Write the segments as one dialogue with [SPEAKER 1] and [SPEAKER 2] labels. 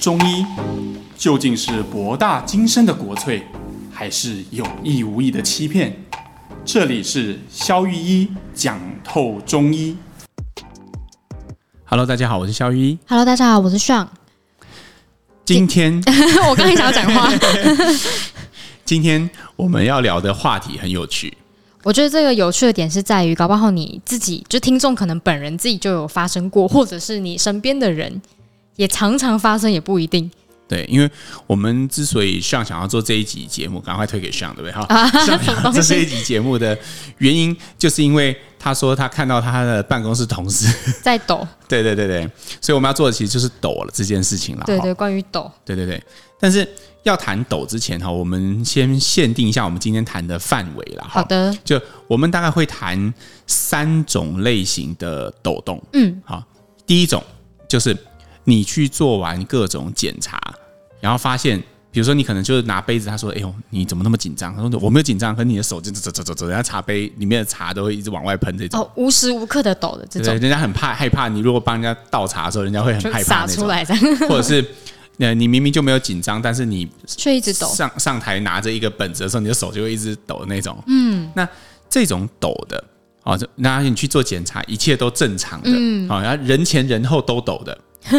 [SPEAKER 1] 中医究竟是博大精深的国粹，还是有意无意的欺骗？这里是肖玉一讲透中医。Hello，大家好，我是肖玉一。
[SPEAKER 2] Hello，大家好，我是 尚。
[SPEAKER 1] 今天，
[SPEAKER 2] 我刚才想要讲话，
[SPEAKER 1] 今天我们要聊的话题很有趣。
[SPEAKER 2] 我觉得这个有趣的点是在于，搞不好你自己就听众可能本人自己就有发生过，或者是你身边的人也常常发生，也不一定。
[SPEAKER 1] 对，因为我们之所以上想要做这一集节目，赶快推给上，对不对？哈、上想要做这一集节目的原因，就是因为他说他看到他的办公室同事，
[SPEAKER 2] 在 抖，
[SPEAKER 1] 对对对对，所以我们要做的其实就是抖了这件事情了。
[SPEAKER 2] 对
[SPEAKER 1] 哈
[SPEAKER 2] 对，关于抖，
[SPEAKER 1] 对对对，但是要谈抖之前哈，我们先限定一下我们今天谈的范围啦。哈
[SPEAKER 2] 好，的，
[SPEAKER 1] 就我们大概会谈三种类型的抖动。
[SPEAKER 2] 嗯，
[SPEAKER 1] 好，第一种就是你去做完各种检查，然后发现，比如说你可能就是拿杯子，他说：“哎呦，你怎么那么紧张？”他说：“我没有紧张，可是你的手就走走走走，人家茶杯里面的茶都会一直往外喷这种。
[SPEAKER 2] 哦，无时无刻的抖的这
[SPEAKER 1] 对，
[SPEAKER 2] 种，
[SPEAKER 1] 人家很怕害怕，你如果帮人家倒茶的时候，人家会很
[SPEAKER 2] 就
[SPEAKER 1] 害怕那
[SPEAKER 2] 洒出
[SPEAKER 1] 种，
[SPEAKER 2] 来这样，
[SPEAKER 1] 或者是 呃，你明明就没有紧张，但是你
[SPEAKER 2] 却一直抖。
[SPEAKER 1] 上上台拿着一个本子的时候，你的手就会一直抖那种。嗯，那这种抖的，哦，就那你去做检查，一切都正常的，嗯，好、然后人前人后都抖的，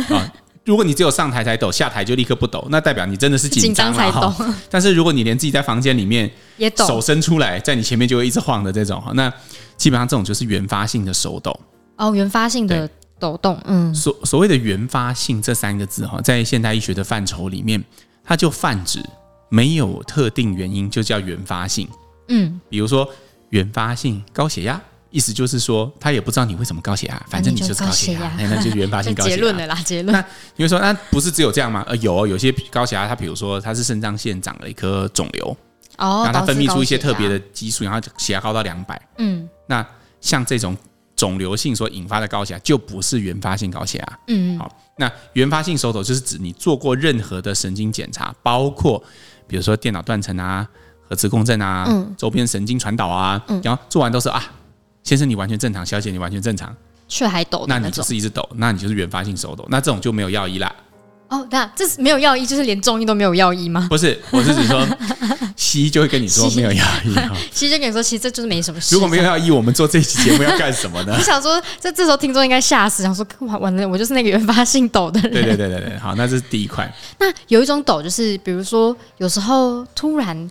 [SPEAKER 1] 啊、 如果你只有上台才抖，下台就立刻不抖，那代表你真的是紧张
[SPEAKER 2] 紧张
[SPEAKER 1] 了
[SPEAKER 2] 才抖
[SPEAKER 1] 哈。但是如果你连自己在房间里面
[SPEAKER 2] 也抖
[SPEAKER 1] 手伸出来，在你前面就会一直晃的这种哈，哦那基本上这种就是原发性的手抖。
[SPEAKER 2] 哦，原发性的抖动，嗯，
[SPEAKER 1] 所所谓的原发性这三个字哈，在现代医学的范畴里面，它就泛指没有特定原因就叫原发性。
[SPEAKER 2] 嗯，
[SPEAKER 1] 比如说原发性高血压，意思就是说他也不知道你为什么高血压，反正你就是高血压，哎
[SPEAKER 2] 反
[SPEAKER 1] 那那就是原发
[SPEAKER 2] 这
[SPEAKER 1] 性高血
[SPEAKER 2] 结论
[SPEAKER 1] 压。
[SPEAKER 2] 了啦，结论
[SPEAKER 1] 那你会说，那不是只有这样吗？呃，有哦有些高血压，它比如说它是肾脏腺长了一颗肿瘤，
[SPEAKER 2] 哦，
[SPEAKER 1] 然后它
[SPEAKER 2] 导
[SPEAKER 1] 分
[SPEAKER 2] 致
[SPEAKER 1] 泌
[SPEAKER 2] 高
[SPEAKER 1] 出一些
[SPEAKER 2] 血
[SPEAKER 1] 特别
[SPEAKER 2] 压
[SPEAKER 1] 的，激素，然后血压高到两百。
[SPEAKER 2] 嗯
[SPEAKER 1] 那像这种肿瘤性所引发的高血压，就不是原发性高血压。
[SPEAKER 2] 嗯，
[SPEAKER 1] 好，那原发性手抖就是指你做过任何的神经检查，包括比如说电脑断层啊、核磁共振啊、
[SPEAKER 2] 嗯
[SPEAKER 1] 周边神经传导啊，然后做完都是啊，先生你完全正常，小姐你完全正常，
[SPEAKER 2] 却还抖
[SPEAKER 1] 那
[SPEAKER 2] 的
[SPEAKER 1] 你就
[SPEAKER 2] 种。
[SPEAKER 1] 是一直抖，那你就是原发性手抖，那这种就没有药医啦。
[SPEAKER 2] 哦，那这是没有药医，就是连中医都没有药医吗？
[SPEAKER 1] 不是，我是指 说西医就会跟你说
[SPEAKER 2] 西医
[SPEAKER 1] 没有药医、 啊。
[SPEAKER 2] 其实就跟你说，其实这就是没什么事。
[SPEAKER 1] 如果没有
[SPEAKER 2] 这 样，
[SPEAKER 1] 药医，我们做这期节目要干什么呢
[SPEAKER 2] 我？想说，这这时候听众应该吓死，想说哇完了，我就是那个原发性抖的人。
[SPEAKER 1] 对对对对对，好，那这是第一块。
[SPEAKER 2] 那有一种抖，就是比如说有时候突然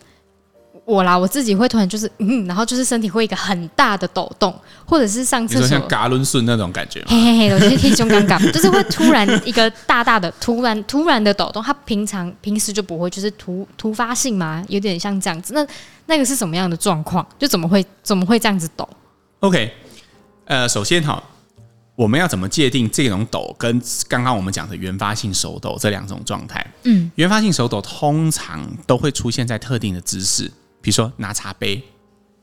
[SPEAKER 2] 我啦，我自己会突然就是嗯，然后就是身体会一个很大的抖动，或者是上
[SPEAKER 1] 你
[SPEAKER 2] 厕
[SPEAKER 1] 说像
[SPEAKER 2] 所。
[SPEAKER 1] 嘎伦顺那种感觉吗？
[SPEAKER 2] 嘿嘿嘿，我就是挺胸尴尬，就是会突然一个大大的、 突然突然的抖动，它平常平时就不会，就是突突发性嘛，有点像这样子。那那个是什么样的状况？就怎么会怎么会这样子抖？
[SPEAKER 1] OK，呃，首先哈，我们要怎么界定这种抖跟刚刚我们讲的原发性手抖这两种状态？
[SPEAKER 2] 嗯，
[SPEAKER 1] 原发性手抖通常都会出现在特定的姿势，比如说拿茶杯、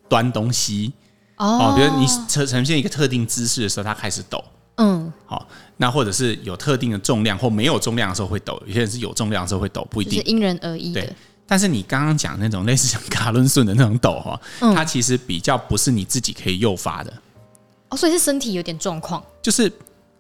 [SPEAKER 1] 端东西哦，比如你呈呈现一个特定姿势的时候，它开始抖。
[SPEAKER 2] 嗯，
[SPEAKER 1] 好、那或者是有特定的重量或没有重量的时候会抖，有些人是有重量的时候会抖，不一
[SPEAKER 2] 就
[SPEAKER 1] 定
[SPEAKER 2] 是。因人而异的
[SPEAKER 1] 对。但是你刚刚讲那种类似像卡伦顺的那种抖哈、
[SPEAKER 2] 嗯
[SPEAKER 1] 它其实比较不是你自己可以诱发的，
[SPEAKER 2] 哦，所以是身体有点状况，
[SPEAKER 1] 就是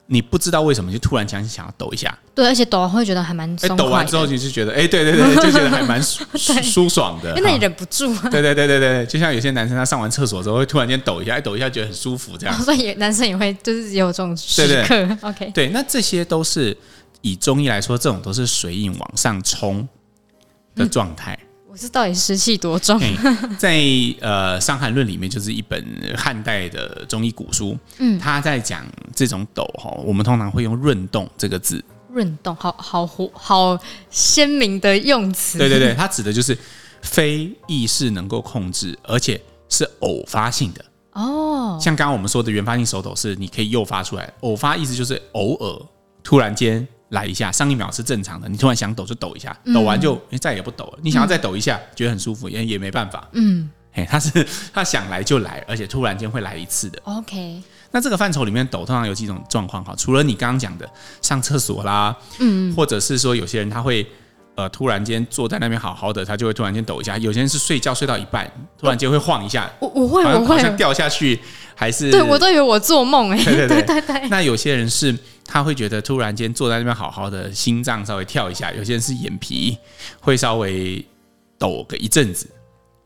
[SPEAKER 1] 你不知道为什么就突然想想要抖一下，
[SPEAKER 2] 对，而且抖完会觉得还蛮
[SPEAKER 1] 哎、
[SPEAKER 2] 松快的。
[SPEAKER 1] 抖完之后你就觉得，哎、对对对， 就觉得还蛮舒舒舒爽的。
[SPEAKER 2] 因为那你
[SPEAKER 1] 哈
[SPEAKER 2] 忍不住 啊，
[SPEAKER 1] 对对对对对，就像有些男生他上完厕所之后会突然间抖一下，哎抖一下觉得很舒服这样。
[SPEAKER 2] 哦所以也男生也会就是也有这种时刻。OK，
[SPEAKER 1] 对，那这些都是以中医来说，这种都是水饮往上冲的状态。
[SPEAKER 2] 我是到底湿气多重？
[SPEAKER 1] 嘿在呃《伤寒论》里面，就是一本汉代的中医古书，嗯，他在讲这种抖哈，我们通常会用润动这个字，
[SPEAKER 2] 润动，好好活，好鲜明的用词。
[SPEAKER 1] 对对对，它指的就是非意识能够控制，而且是偶发性的。
[SPEAKER 2] 哦，
[SPEAKER 1] 像刚刚我们说的原发性手抖是你可以诱发出来的，偶发意思就是偶尔突然间来一下，上一秒是正常的，你突然想抖就抖一
[SPEAKER 2] 嗯
[SPEAKER 1] 下，抖完就、哎诶再也不抖了。你想要再抖一下，觉得很舒服，也也没办法。
[SPEAKER 2] 嗯
[SPEAKER 1] 哎，它是 它想来就来，而且突然间会来一次的。
[SPEAKER 2] ，OK，
[SPEAKER 1] 那这个范畴里面抖通常有几种状况哈，除了你刚刚讲的上厕所啦，嗯，或者是说有些人他会呃突然间坐在那边好好的，他就会突然间抖一下；有些人是睡觉睡到一半，突然间会晃一下，
[SPEAKER 2] 我我会
[SPEAKER 1] 好像
[SPEAKER 2] 我
[SPEAKER 1] 好像
[SPEAKER 2] 会，
[SPEAKER 1] 掉下去，还是
[SPEAKER 2] 对我都以为我做梦哎、
[SPEAKER 1] 对对对
[SPEAKER 2] 对对 对，
[SPEAKER 1] 那有些人是他会觉得突然间坐在那边好好的，心脏稍微跳一下；有些人是眼皮会稍微抖个一阵子，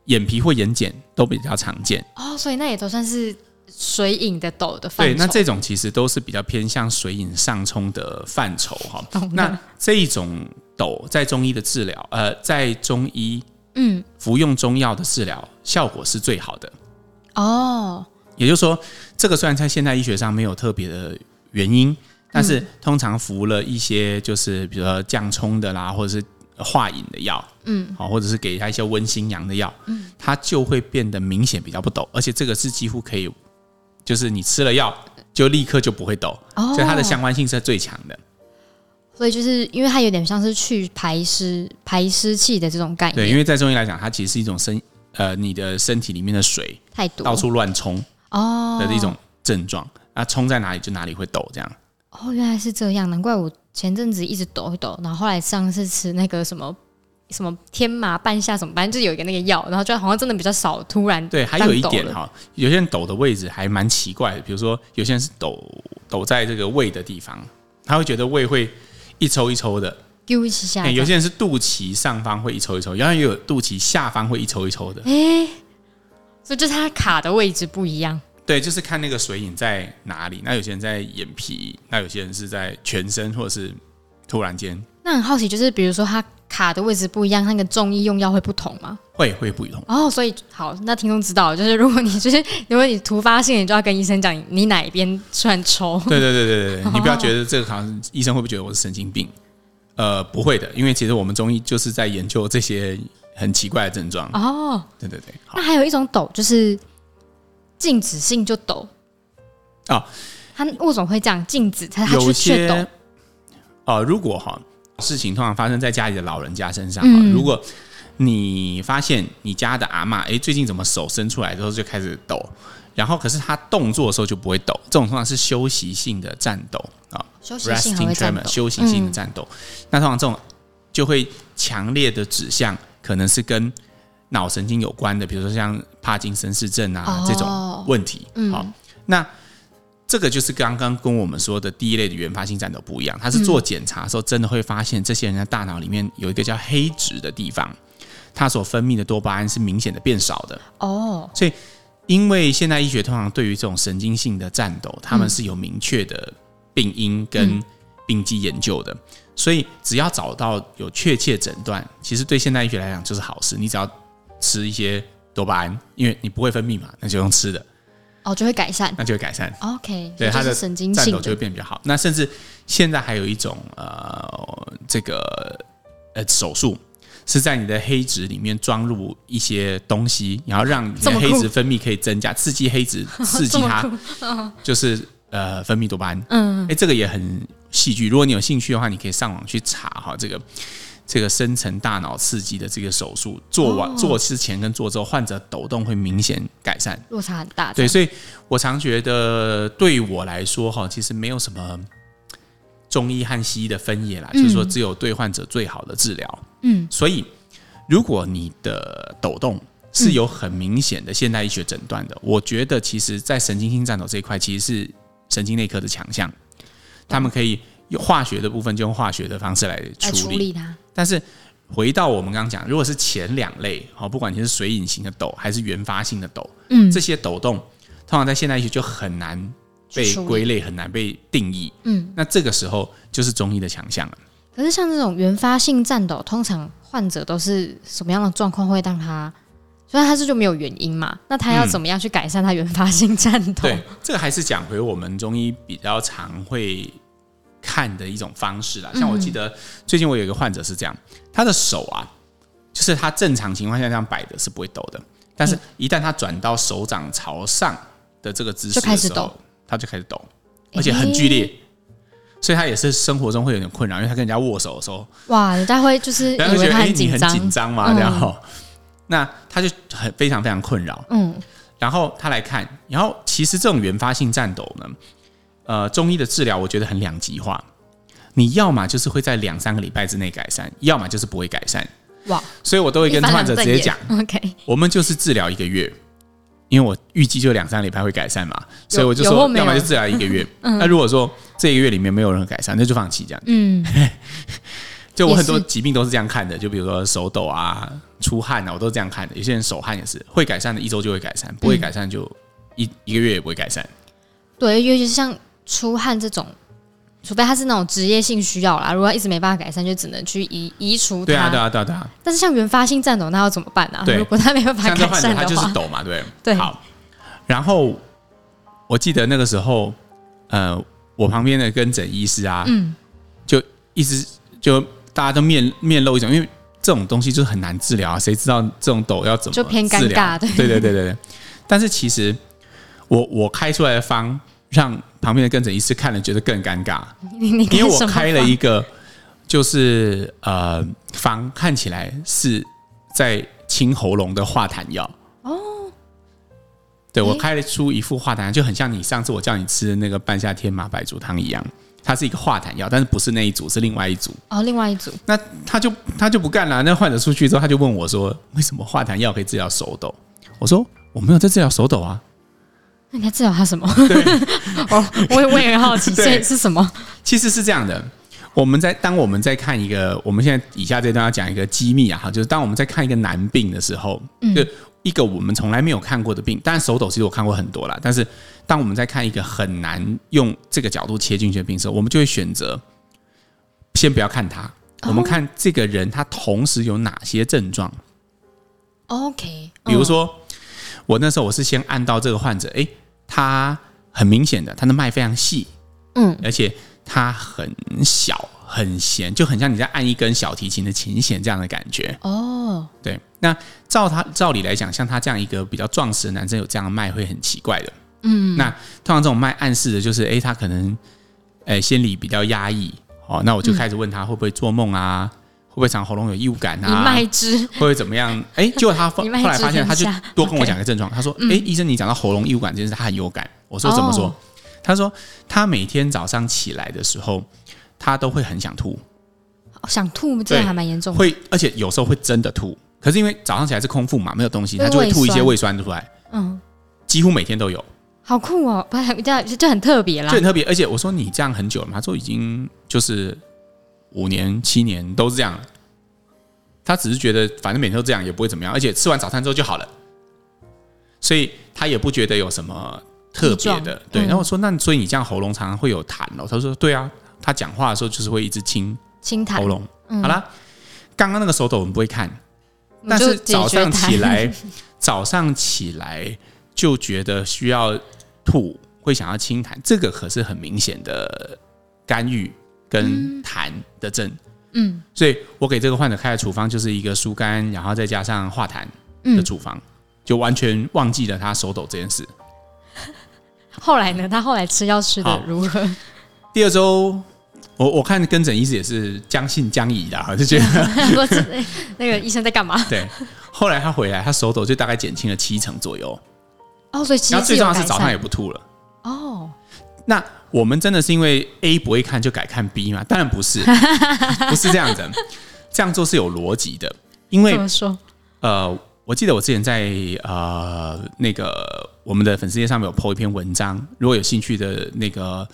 [SPEAKER 1] 眼皮或眼睑都比较常见。
[SPEAKER 2] 哦，所以那也都算是水影的抖的范畴。
[SPEAKER 1] 对，那这种其实都是比较偏向水饮上冲的范畴哈
[SPEAKER 2] 懂了。
[SPEAKER 1] 那这一种抖在中医的治疗，呃，在中医
[SPEAKER 2] 嗯
[SPEAKER 1] 服用中药的治疗效果是最好的。
[SPEAKER 2] 哦
[SPEAKER 1] 也就是说，这个虽然在现代医学上没有特别的原因，但是通常服了一些就是比如说降冲的啦，或者是化饮的药，嗯，好，或者是给他一些温心阳的药，嗯，它就会变得明显比较不抖，而且这个是几乎可以，就是你吃了药就立刻就不会抖，
[SPEAKER 2] 哦，
[SPEAKER 1] 所以它的相关性是最强的。
[SPEAKER 2] 所以就是因为它有点像是去排湿排湿气的这种概
[SPEAKER 1] 对，
[SPEAKER 2] 念，
[SPEAKER 1] 因为在中医来讲，它其实是一种身呃你的身体里面的水
[SPEAKER 2] 太多
[SPEAKER 1] 到处乱冲
[SPEAKER 2] 哦
[SPEAKER 1] 的一种症状，啊，冲在哪里就哪里会抖这样。
[SPEAKER 2] 哦，原来是这样，难怪我前阵子一直抖一抖，然后后来上次吃那个什么什么天麻半夏什么，反正就有一个那个药，然后就好像真的比较少，突然
[SPEAKER 1] 对，还有一点
[SPEAKER 2] 当抖了
[SPEAKER 1] 哈，有些人抖的位置还蛮奇怪的，比如说有些人是抖抖在这个胃的地方，他会觉得胃会一抽一抽的；
[SPEAKER 2] 丢一下
[SPEAKER 1] 哎、
[SPEAKER 2] 这样，
[SPEAKER 1] 有些人是肚脐上方会一抽一抽，然后也有肚脐下方会一抽一抽的。
[SPEAKER 2] 哎、所以就是它卡的位置不一样
[SPEAKER 1] 对，就是看那个水饮在哪里。那有些人在眼皮，那有些人是在全身，或者是突然间
[SPEAKER 2] 那很好奇，就是比如说它卡的位置不一样，那个中医用药会不同吗？
[SPEAKER 1] 会会不同。
[SPEAKER 2] 哦，所以好，那听众知道了，就是如果你就是 如果你突发性，你就要跟医生讲你哪一边算抽。
[SPEAKER 1] 对对对对对对，你不要觉得这个好像医生会不会觉得我是神经病？呃，不会的，因为其实我们中医就是在研究这些很奇怪的症状。
[SPEAKER 2] 哦，
[SPEAKER 1] 对对对，好
[SPEAKER 2] 那。还有一种抖就是静止性就抖
[SPEAKER 1] 哦，
[SPEAKER 2] 他为什么会这样静止？他他
[SPEAKER 1] 有
[SPEAKER 2] 去
[SPEAKER 1] 一
[SPEAKER 2] 却抖
[SPEAKER 1] 些呃，如果哈事情通常发生在家里的老人家身上，
[SPEAKER 2] 嗯
[SPEAKER 1] 哈，如果你发现你家的阿嬷，哎、最近怎么手伸出来之后就开始抖，然后可是她动作的时候就不会抖，这种通常是休息性的战斗啊
[SPEAKER 2] 休息性还
[SPEAKER 1] ，resting
[SPEAKER 2] 会颤
[SPEAKER 1] tremor，
[SPEAKER 2] 抖，
[SPEAKER 1] 休息性的
[SPEAKER 2] 嗯
[SPEAKER 1] 战斗。那通常这种就会强烈的指向可能是跟脑神经有关的，比如说像帕金森氏症啊、
[SPEAKER 2] 哦嗯
[SPEAKER 1] 这种问题。好，那这个就是刚刚跟我们说的第一类的原发性战斗不一样，它是做检查的时候真的会发现这些人的大脑里面有一个叫黑质的地方，它所分泌的多巴胺是明显的变少的。
[SPEAKER 2] 哦，
[SPEAKER 1] 因为现代医学通常对于这种神经性的战斗，他们是有明确的病因跟病机研究的，所以只要找到有确切诊断，其实对现代医学来讲就是好事。你只要吃一些多巴胺，因为你不会分泌嘛，那就用吃的，
[SPEAKER 2] 哦就会改善。
[SPEAKER 1] 那就会改善。
[SPEAKER 2] OK，
[SPEAKER 1] 对
[SPEAKER 2] 所以
[SPEAKER 1] 它
[SPEAKER 2] 就
[SPEAKER 1] 的
[SPEAKER 2] 是神经
[SPEAKER 1] 战
[SPEAKER 2] 性
[SPEAKER 1] 斗就会
[SPEAKER 2] 的
[SPEAKER 1] 变得比较好。那甚至现在还有一种呃，这个呃手术是在你的黑质里面装入一些东西，然后让你
[SPEAKER 2] 这
[SPEAKER 1] 的
[SPEAKER 2] 么酷
[SPEAKER 1] 黑质分泌可以增加，刺激黑 质，刺激它，就是呃分泌多巴胺。嗯，哎、这个也很戏剧。如果你有兴趣的话，你可以上网去查哈这个。这个深层大脑刺激的这个手术做
[SPEAKER 2] 哦
[SPEAKER 1] 完、做之前跟做之后，患者抖动会明显改善。
[SPEAKER 2] 落差很大。
[SPEAKER 1] 对，所以我常觉得对我来说哈，其实没有什么中医和西医的分野啦，就是说只有对患者最好的治疗。
[SPEAKER 2] 嗯，
[SPEAKER 1] 所以如果你的抖动是有很明显的现代医学诊断的，我觉得其实在神经性颤抖这一块，其实是神经内科的强项，他们可以用化学的部分就用化学的方式来
[SPEAKER 2] 来处理它。
[SPEAKER 1] 但是回到我们刚刚讲，如果是前两类，好，不管你是水饮型的抖还是原发性的抖，
[SPEAKER 2] 嗯
[SPEAKER 1] 这些抖动通常在现代医学就很难被
[SPEAKER 2] 去处理
[SPEAKER 1] 归类，很难被定义。
[SPEAKER 2] 嗯，
[SPEAKER 1] 那这个时候就是中医的强项了。
[SPEAKER 2] 可是像这种原发性颤抖，通常患者都是什么样的状况会让他？所以他是就没有原因嘛？那他要
[SPEAKER 1] 嗯
[SPEAKER 2] 怎么样去改善他原发性颤抖？
[SPEAKER 1] 对，这个还是讲回我们中医比较常会看的一种方式
[SPEAKER 2] 嗯
[SPEAKER 1] 啦。像我记得最近我有一个患者是这样，他的手啊，就是他正常情况下这样摆的是不会抖的，但
[SPEAKER 2] 嗯
[SPEAKER 1] 是一旦他转到手掌朝上的这个姿势
[SPEAKER 2] 就开
[SPEAKER 1] 的
[SPEAKER 2] 始
[SPEAKER 1] 时候
[SPEAKER 2] 抖，
[SPEAKER 1] 他就开始抖，
[SPEAKER 2] 诶
[SPEAKER 1] 而且很剧烈。所以他也是生活中会有点困扰，因为他跟人家握手的时候，
[SPEAKER 2] 哇，人家会就是以
[SPEAKER 1] 人家会觉
[SPEAKER 2] 为
[SPEAKER 1] 得
[SPEAKER 2] 他
[SPEAKER 1] 哎、诶
[SPEAKER 2] 很
[SPEAKER 1] 你
[SPEAKER 2] 紧
[SPEAKER 1] 很
[SPEAKER 2] 张，
[SPEAKER 1] 紧张嘛，这样吼那他就很非常非常困扰。
[SPEAKER 2] 嗯，
[SPEAKER 1] 然后他来看，然后其实这种原发性颤抖呢，呃，中医的治疗我觉得很两极化。你要么就是会在两三个礼拜之内改善，要么就是不会改善。
[SPEAKER 2] 哇，
[SPEAKER 1] 所以我都会跟
[SPEAKER 2] 一
[SPEAKER 1] 患
[SPEAKER 2] 翻
[SPEAKER 1] 者直
[SPEAKER 2] 两
[SPEAKER 1] 接
[SPEAKER 2] 瞪眼
[SPEAKER 1] 讲，
[SPEAKER 2] ，OK，
[SPEAKER 1] 我们就是治疗一个月，因为我预计就两三礼拜会改善嘛，所以我就
[SPEAKER 2] 有
[SPEAKER 1] 说
[SPEAKER 2] 或，没有
[SPEAKER 1] 要么就治疗一个月。那如果说这一个月里面没有任何改善，那就放弃这样。
[SPEAKER 2] 嗯，
[SPEAKER 1] 就我
[SPEAKER 2] 也
[SPEAKER 1] 很多
[SPEAKER 2] 是
[SPEAKER 1] 疾病都是这样看的，就比如说手抖啊、出汗啊，我都是这样看的。有些人手汗也是会改善的，一周就会改善；不会改善就一、一个月也不会改善。
[SPEAKER 2] 对，尤其是像出汗这种，除非他是那种职业性需要啦，如果他一直没办法改善，就只能去移移除它。
[SPEAKER 1] 对啊，对啊，对啊，对啊。
[SPEAKER 2] 但是像原发性颤抖，那要怎么办啊？
[SPEAKER 1] 对
[SPEAKER 2] 如果他没办法
[SPEAKER 1] 像这
[SPEAKER 2] 改
[SPEAKER 1] 患者
[SPEAKER 2] 善
[SPEAKER 1] 他
[SPEAKER 2] 的
[SPEAKER 1] 就是
[SPEAKER 2] 话，
[SPEAKER 1] 抖嘛，对不
[SPEAKER 2] 对
[SPEAKER 1] 好，然后我记得那个时候，呃，我旁边的跟诊医师啊，
[SPEAKER 2] 嗯，
[SPEAKER 1] 就一直就大家都面面露一种，因为这种东西就是很难治疗啊，谁知道这种抖要怎么
[SPEAKER 2] 就偏尴
[SPEAKER 1] 治疗
[SPEAKER 2] 尬对
[SPEAKER 1] 对对对对对。但是其实我我开出来的方，让旁边的跟诊医师看了觉得更尴尬，
[SPEAKER 2] 你你
[SPEAKER 1] 因为
[SPEAKER 2] 看
[SPEAKER 1] 我
[SPEAKER 2] 什么
[SPEAKER 1] 开了
[SPEAKER 2] 方
[SPEAKER 1] 一个就是呃方看起来是在清喉咙的化痰药哦。对，我
[SPEAKER 2] 诶
[SPEAKER 1] 开了出一副化痰药，就很像你上次我叫你吃的那个半夏天麻白术汤一样，它是一个化痰药，但是不是那一组，是另外一组。
[SPEAKER 2] 哦，另外一组
[SPEAKER 1] 那他就他就不干了。那患者出去之后，他就问我说：“为什么化痰药可以治疗手抖？”我说：“我没有在治疗手抖啊。”
[SPEAKER 2] 那你还治疗他什么？ 哦，我也我也很好 奇，
[SPEAKER 1] 对
[SPEAKER 2] 所以是什么？
[SPEAKER 1] 其实是这样的，我们在当我们在看一个，我们现在以下这段要讲一个机密啊，哈，就是当我们在看一个难病的时候，就一个我们从来没有看过的病，当然手抖其实我看过很多啦，但是当我们在看一个很难用这个角度切进去的病的时候，我们就会选择先不要看它，我们看这个人他同时有哪些症状，
[SPEAKER 2] OK，
[SPEAKER 1] 比如说，我那时候我是先按到这个患者，诶，他很明显的，他的脉非常细，
[SPEAKER 2] 嗯，
[SPEAKER 1] 而且他很小很弦，就很像你在按一根小提琴的琴弦这样的感觉。
[SPEAKER 2] 哦，
[SPEAKER 1] 对，那照他照理来讲，像他这样一个比较壮实的男生有这样的脉会很奇怪的。嗯，那通常这种脉暗示的就是，诶，他可能，诶，心理比较压抑。哦，那我
[SPEAKER 2] 嗯
[SPEAKER 1] 就开始问他会不会做梦啊，会不会常喉咙有异物感
[SPEAKER 2] 一
[SPEAKER 1] 啊，
[SPEAKER 2] 脉之
[SPEAKER 1] 会不会怎么样？哎、结果 他后
[SPEAKER 2] 一脉
[SPEAKER 1] 来
[SPEAKER 2] 之
[SPEAKER 1] 发现，
[SPEAKER 2] 天
[SPEAKER 1] 他就
[SPEAKER 2] 下
[SPEAKER 1] 多跟我
[SPEAKER 2] OK 嗯
[SPEAKER 1] 讲一个症状，他说：“哎、医生，你讲到喉咙异物感这件事，他很有感。”我说：“怎么说？”
[SPEAKER 2] 哦
[SPEAKER 1] 他说：“他每天早上起来的时候，他都会很想吐，
[SPEAKER 2] 哦想吐，这
[SPEAKER 1] 对
[SPEAKER 2] 个还蛮严重的。
[SPEAKER 1] 会而且有时候会真的吐。可是因为早上起来是空腹嘛，没有东西，
[SPEAKER 2] 会
[SPEAKER 1] 他就会吐一些
[SPEAKER 2] 胃
[SPEAKER 1] 胃酸出来，
[SPEAKER 2] 嗯，
[SPEAKER 1] 几乎每天都有，
[SPEAKER 2] 好酷哦，不是， 这样就很特别啦
[SPEAKER 1] 就。很特别。而且我说你这样很久了嘛，他说已经就是五年、七年都是这样了。他只是觉得反正每天都这样也不会怎么样，而且吃完早餐之后就好了，所以他也不觉得有什么特
[SPEAKER 2] 异
[SPEAKER 1] 别
[SPEAKER 2] 状
[SPEAKER 1] 的。对，
[SPEAKER 2] 嗯
[SPEAKER 1] 然后我说那所以你这样喉咙常常会有痰哦？他说对啊，他讲话的时候就是会一直清
[SPEAKER 2] 清
[SPEAKER 1] 喉
[SPEAKER 2] 痰，嗯
[SPEAKER 1] 咙。好啦，刚刚那个手抖我们不会看，
[SPEAKER 2] 我们
[SPEAKER 1] 但
[SPEAKER 2] 就是解
[SPEAKER 1] 早
[SPEAKER 2] 决
[SPEAKER 1] 上
[SPEAKER 2] 它
[SPEAKER 1] 起，来，早上起来就觉得需要吐，会想要清痰，这个可是很明显的干预跟痰的症。
[SPEAKER 2] 嗯，
[SPEAKER 1] 所以我给这个患者开的处方就是一个疏肝，然后再加上化痰
[SPEAKER 2] 嗯
[SPEAKER 1] 的处方，就完全忘记了他手抖这件事。
[SPEAKER 2] 后来呢？他后来吃药吃
[SPEAKER 1] 好
[SPEAKER 2] 的如何？
[SPEAKER 1] 第二周，我我看跟诊医师也是将信将疑的，就觉 得
[SPEAKER 2] 不是那个医生在干嘛？
[SPEAKER 1] 对。后来他回来，他手抖就大概减轻了七成左右，
[SPEAKER 2] 哦，所以其
[SPEAKER 1] 然
[SPEAKER 2] 实
[SPEAKER 1] 后最
[SPEAKER 2] 有
[SPEAKER 1] 重要
[SPEAKER 2] 改
[SPEAKER 1] 是早上也
[SPEAKER 2] 善
[SPEAKER 1] 不吐了。
[SPEAKER 2] 哦，
[SPEAKER 1] 那我们真的是因为 A 不会看就改看 B 吗？当然不是，不是这样子，这样做是有逻辑的。因
[SPEAKER 2] 这
[SPEAKER 1] 为
[SPEAKER 2] 么说
[SPEAKER 1] 呃，我记得我之前在呃那个我们的粉丝页上面有 po 一篇文章，如果有兴趣的那个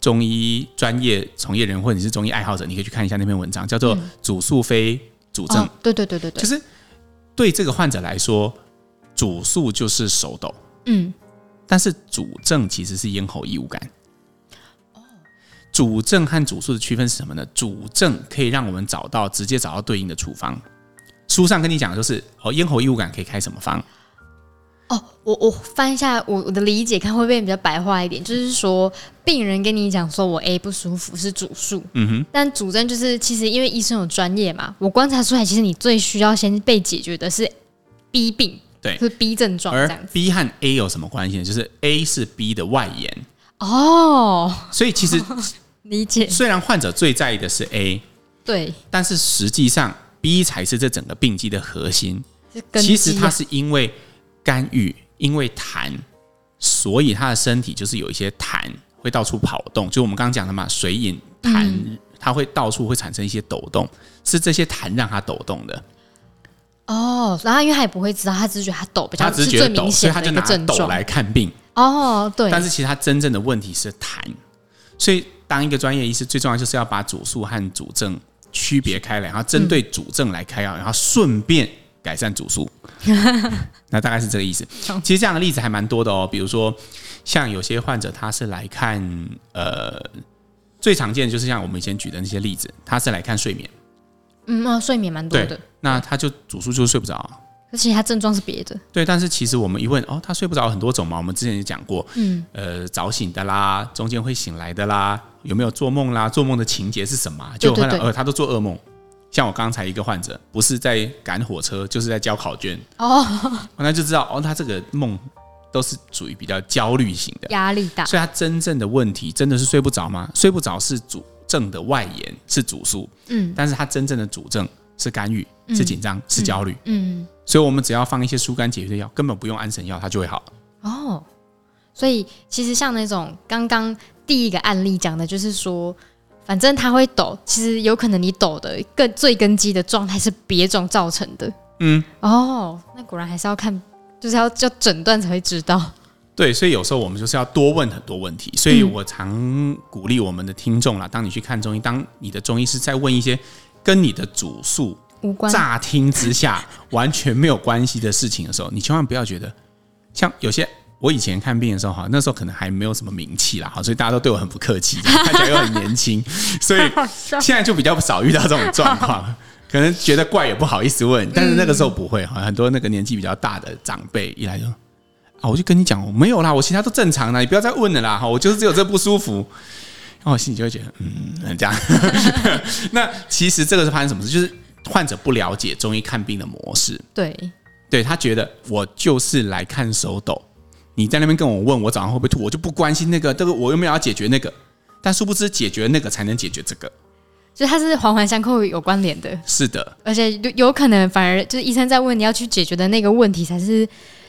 [SPEAKER 1] 中医专业从业人或者你是中医爱好者，你可以去看一下那篇文章，叫做《主诉非主症》
[SPEAKER 2] 哦，对对对对对
[SPEAKER 1] 就，是对这个患者来说，主诉就是手抖，
[SPEAKER 2] 嗯，
[SPEAKER 1] 但是主症其实是咽喉异物感。主症和主诉的区分是什么呢？主症可以让我们找到直接找到对应的处方。书上跟你讲的就是哦，咽喉异物感可以开什么方？
[SPEAKER 2] 哦，我我翻一下我我的理解，看会不会比较白话一点，就是说病人跟你讲说我 A 不舒服是主诉，
[SPEAKER 1] 嗯哼，
[SPEAKER 2] 但主症就是其实因为医生有专业嘛，我观察出来，其实你最需要先被解决的是 B 病，
[SPEAKER 1] 对
[SPEAKER 2] 就是 B 症状
[SPEAKER 1] 而
[SPEAKER 2] 这样子。
[SPEAKER 1] B 和 A 有什么关系呢？就是 A 是 B 的外延，
[SPEAKER 2] 哦，
[SPEAKER 1] 所以其 实
[SPEAKER 2] 理解，
[SPEAKER 1] 虽然患者最在意的是 A，
[SPEAKER 2] 对，
[SPEAKER 1] 但是实际上 B 才是这整个病机的核心。
[SPEAKER 2] 是根基
[SPEAKER 1] 其
[SPEAKER 2] 啊
[SPEAKER 1] 实他是因为干预，因为痰，所以他的身体就是有一些痰会到处跑动，就我们刚刚讲的嘛，水饮痰、
[SPEAKER 2] 嗯
[SPEAKER 1] 它会到处会产生一些抖动，是这些痰让它抖动的。
[SPEAKER 2] 哦，然后因为他也不会知道，他只是觉得他抖比较
[SPEAKER 1] 它只是
[SPEAKER 2] 是
[SPEAKER 1] 觉
[SPEAKER 2] 最
[SPEAKER 1] 得抖，
[SPEAKER 2] 明
[SPEAKER 1] 所以
[SPEAKER 2] 显
[SPEAKER 1] 他
[SPEAKER 2] 的
[SPEAKER 1] 就
[SPEAKER 2] 一个
[SPEAKER 1] 拿
[SPEAKER 2] 症
[SPEAKER 1] 抖
[SPEAKER 2] 状。
[SPEAKER 1] 来看病。
[SPEAKER 2] 哦，对，
[SPEAKER 1] 但是其实它真正的问题是痰，所以当一个专业医师，最重要就是要把主诉和主症区别开来，然后针对主症来开药，然后顺便改善主 诉。那大概是这个意思。其实这样的例子还蛮多的哦，比如说像有些患者他是来看，呃，最常见的就是像我们以前举的那些例子，他是来看睡眠，
[SPEAKER 2] 嗯，哦，睡眠蛮多
[SPEAKER 1] 对
[SPEAKER 2] 的，，
[SPEAKER 1] 那他就主诉就是睡不着，
[SPEAKER 2] 而且他症状是别的，
[SPEAKER 1] 对，但是其实我们一问，哦，他睡不着很多种嘛，我们之前也讲过，嗯，呃，早醒的啦，中间会醒来的啦，有没有做梦啦？做梦的情节是什么啊？
[SPEAKER 2] 对
[SPEAKER 1] 就看
[SPEAKER 2] 对
[SPEAKER 1] 到，
[SPEAKER 2] 对
[SPEAKER 1] 呃，他都做噩梦。像我刚才一个患者，不是在赶火车，就是在交考卷，
[SPEAKER 2] 哦，
[SPEAKER 1] 那就知道，哦，他这个梦都是属于比较焦虑型的，
[SPEAKER 2] 压力大，
[SPEAKER 1] 所以他真正的问题真的是睡不着吗？睡不着是主症的外延，是主诉，
[SPEAKER 2] 嗯
[SPEAKER 1] 但是他真正的主症是干预，是紧张，是焦虑，
[SPEAKER 2] 嗯，
[SPEAKER 1] 所以我们只要放一些疏肝解郁的药，根本不用安神药，它就会好。
[SPEAKER 2] 哦，所以其实像那种刚刚第一个案例讲的，就是说，反正他会抖，其实有可能你抖的更最根基的状态是别种造成的。
[SPEAKER 1] 嗯，
[SPEAKER 2] 哦，那果然还是要看，就是要要诊断才会知道。
[SPEAKER 1] 对，所以有时候我们就是要多问很多问题。所以
[SPEAKER 2] 嗯
[SPEAKER 1] 我常鼓励我们的听众啦，当你去看中医，当你的中医师在问一些跟你的主诉
[SPEAKER 2] 无关
[SPEAKER 1] 乍听之下完全没有关系的事情的时候，你千万不要觉得像有些。我以前看病的时候，哈，那时候可能还没有什么名气啦，哈，所以大家都对我很不客气， 看起来又很年 轻，所以
[SPEAKER 2] 好笑
[SPEAKER 1] 现在就比较少遇到这种状 况，可能觉得怪也不好意思问，
[SPEAKER 2] 嗯
[SPEAKER 1] 但是那个时候不会哈，很多那个年纪比较大的长辈一来就啊，我就跟你讲，我没有啦，我其他都正常啦，你不要再问了啦，哈，我就是只有这不舒服。然后我心里就会觉得，嗯，这样。 那其实这个是发生什么事？就是患者不了解中医看病的模式，
[SPEAKER 2] 对，
[SPEAKER 1] 对他觉得我就是来看手抖，你在那边跟我问我早上会不会吐，我就不关心那个，这个我又没有要解决那个。但殊不知，解决那个才能解决这个。
[SPEAKER 2] 就它是环环相扣有关联的，
[SPEAKER 1] 是的，
[SPEAKER 2] 而且有有可能反而就是医生在问你要去解决的那个问题才是。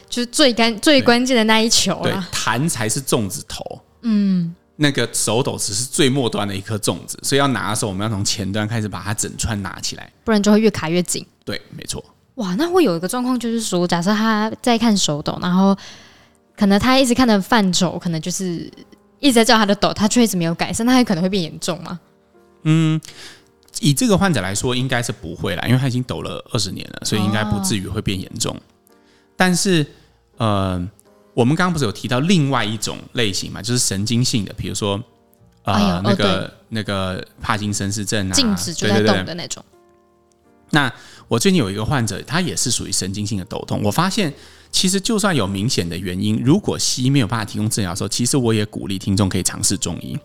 [SPEAKER 2] 就是最干最关键的那一球
[SPEAKER 1] 对
[SPEAKER 2] 啦，，
[SPEAKER 1] 痰才是粽子头。嗯，那个手抖只是最末端的一颗粽子，所以要拿的时候，我们要从前端开始把它整串拿起来。
[SPEAKER 2] 不然就会越卡越紧。
[SPEAKER 1] 对，没错，
[SPEAKER 2] 哇，那会有一个状况，就是说，假设他在看手抖，然后可能他一直看的范畴，可能就是一直在叫他的抖，他却一直没有改善，那他可能会变严重吗？
[SPEAKER 1] 嗯以这个患者来说，应该是不会啦，因为他已经抖了二十年了，所以应该不至于会变严重。但是，呃，我们刚刚不是有提到另外一种类型嘛，就是神经性的，比如说，呃，
[SPEAKER 2] 哎呦
[SPEAKER 1] 那
[SPEAKER 2] 哦
[SPEAKER 1] 个、那个帕金森氏症啊，
[SPEAKER 2] 静止就
[SPEAKER 1] 对
[SPEAKER 2] 在
[SPEAKER 1] 对对
[SPEAKER 2] 动的那种，
[SPEAKER 1] 那我最近有一个患者，他也是属于神经性的抖动。我发现，其实就算有明显的原因，如果西医没有办法提供治疗的时候，其实我也鼓励听众可以尝试中医。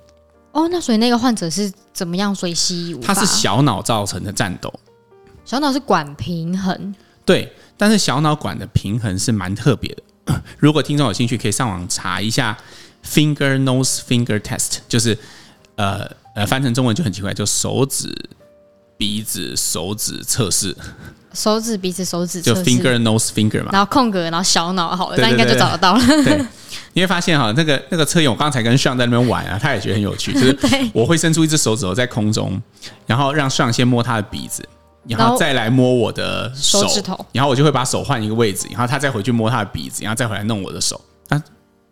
[SPEAKER 2] 哦，那所以那个患者是怎么样？所以西医无
[SPEAKER 1] 它
[SPEAKER 2] 法。
[SPEAKER 1] 是小脑造成的颤抖，
[SPEAKER 2] 小脑是管平衡，
[SPEAKER 1] 对，但是小脑管的平衡是蛮特别的。 如果听众有兴趣，可以上网查一下 finger nose finger test，就是呃呃，翻成中文就很奇怪，就手指、鼻子、手指测试，
[SPEAKER 2] 手指、鼻子、手指
[SPEAKER 1] 就
[SPEAKER 2] 测试
[SPEAKER 1] finger nose finger 嘛。
[SPEAKER 2] 然后空格，然后小脑好了，
[SPEAKER 1] 对
[SPEAKER 2] 那应该
[SPEAKER 1] 对
[SPEAKER 2] 就
[SPEAKER 1] 对
[SPEAKER 2] 找得到了。
[SPEAKER 1] 对，你会发现哈，那个那个测验，我刚才跟上在那边玩啊，他也觉得很有趣， 就是我会伸出一只手指头在空中，然后让上先摸他的鼻子。然
[SPEAKER 2] 然
[SPEAKER 1] 后
[SPEAKER 2] 后
[SPEAKER 1] 再来摸我的手
[SPEAKER 2] 手指头
[SPEAKER 1] 然后我就会把手换一个位置，然后他再回去摸他的鼻子，然后再回来弄我的手。啊，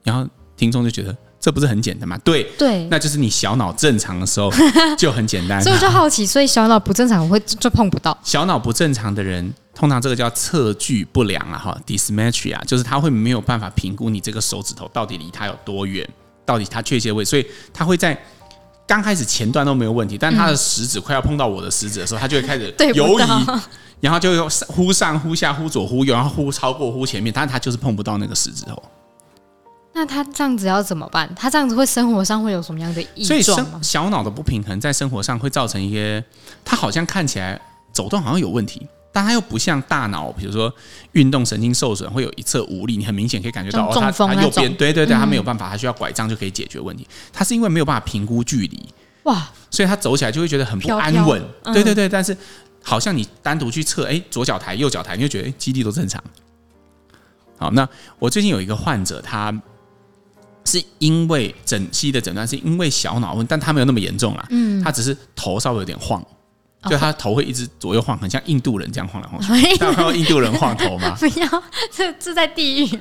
[SPEAKER 1] 然后听众就觉得这不是很简单吗？对，
[SPEAKER 2] 对，
[SPEAKER 1] 那就是你小脑正常的时候就很简单
[SPEAKER 2] 所。以我就好奇，所以小脑不正常会就就碰不到
[SPEAKER 1] 小脑不正常的人，通常这个叫测距不良啊，哈，dysmetria，就是他会没有办法评估你这个手指头到底离他有多远，到底他确切位置，所以他会在刚开始前段都没有问题，但他的食指快要碰到我的食指的时候，他就会开始
[SPEAKER 2] 嗯对不
[SPEAKER 1] 游移
[SPEAKER 2] 到，
[SPEAKER 1] 然后就会忽上忽下、忽左忽右，然后忽超过忽前面，但是他就是碰不到那个食指头。
[SPEAKER 2] 那他这样子要怎么办？他这样子会生活上会有什么样的异
[SPEAKER 1] 所以
[SPEAKER 2] 状
[SPEAKER 1] 生
[SPEAKER 2] 吗？
[SPEAKER 1] 小脑的不平衡在生活上会造成一些，它好像看起来走动好像有问题，但它又不像大脑，比如说运动神经受损会有一侧无力，你很明显可以感觉到
[SPEAKER 2] 像
[SPEAKER 1] 哦，它
[SPEAKER 2] 中风
[SPEAKER 1] 它
[SPEAKER 2] 那
[SPEAKER 1] 右边
[SPEAKER 2] 种嗯
[SPEAKER 1] 对对对，它没有办法，它需要拐杖就可以解决问题。它是因为没有办法评估距离，
[SPEAKER 2] 哇，
[SPEAKER 1] 所以它走起来就会觉得很不
[SPEAKER 2] 飘
[SPEAKER 1] 安
[SPEAKER 2] 飘
[SPEAKER 1] 稳。
[SPEAKER 2] 嗯
[SPEAKER 1] 对对对，但是好像你单独去测，哎，左脚抬右脚抬，你就觉得哎，肌力都正常。好，那我最近有一个患者，他是因为整期的诊断是因为小脑问，但他没有那么严重啦，嗯，他只是头稍微有点晃。
[SPEAKER 2] 哦
[SPEAKER 1] 就他头会一直左右晃，很像印度人这 样晃来晃去。大家有看到印度人晃头吗？
[SPEAKER 2] 不要，这这在地狱。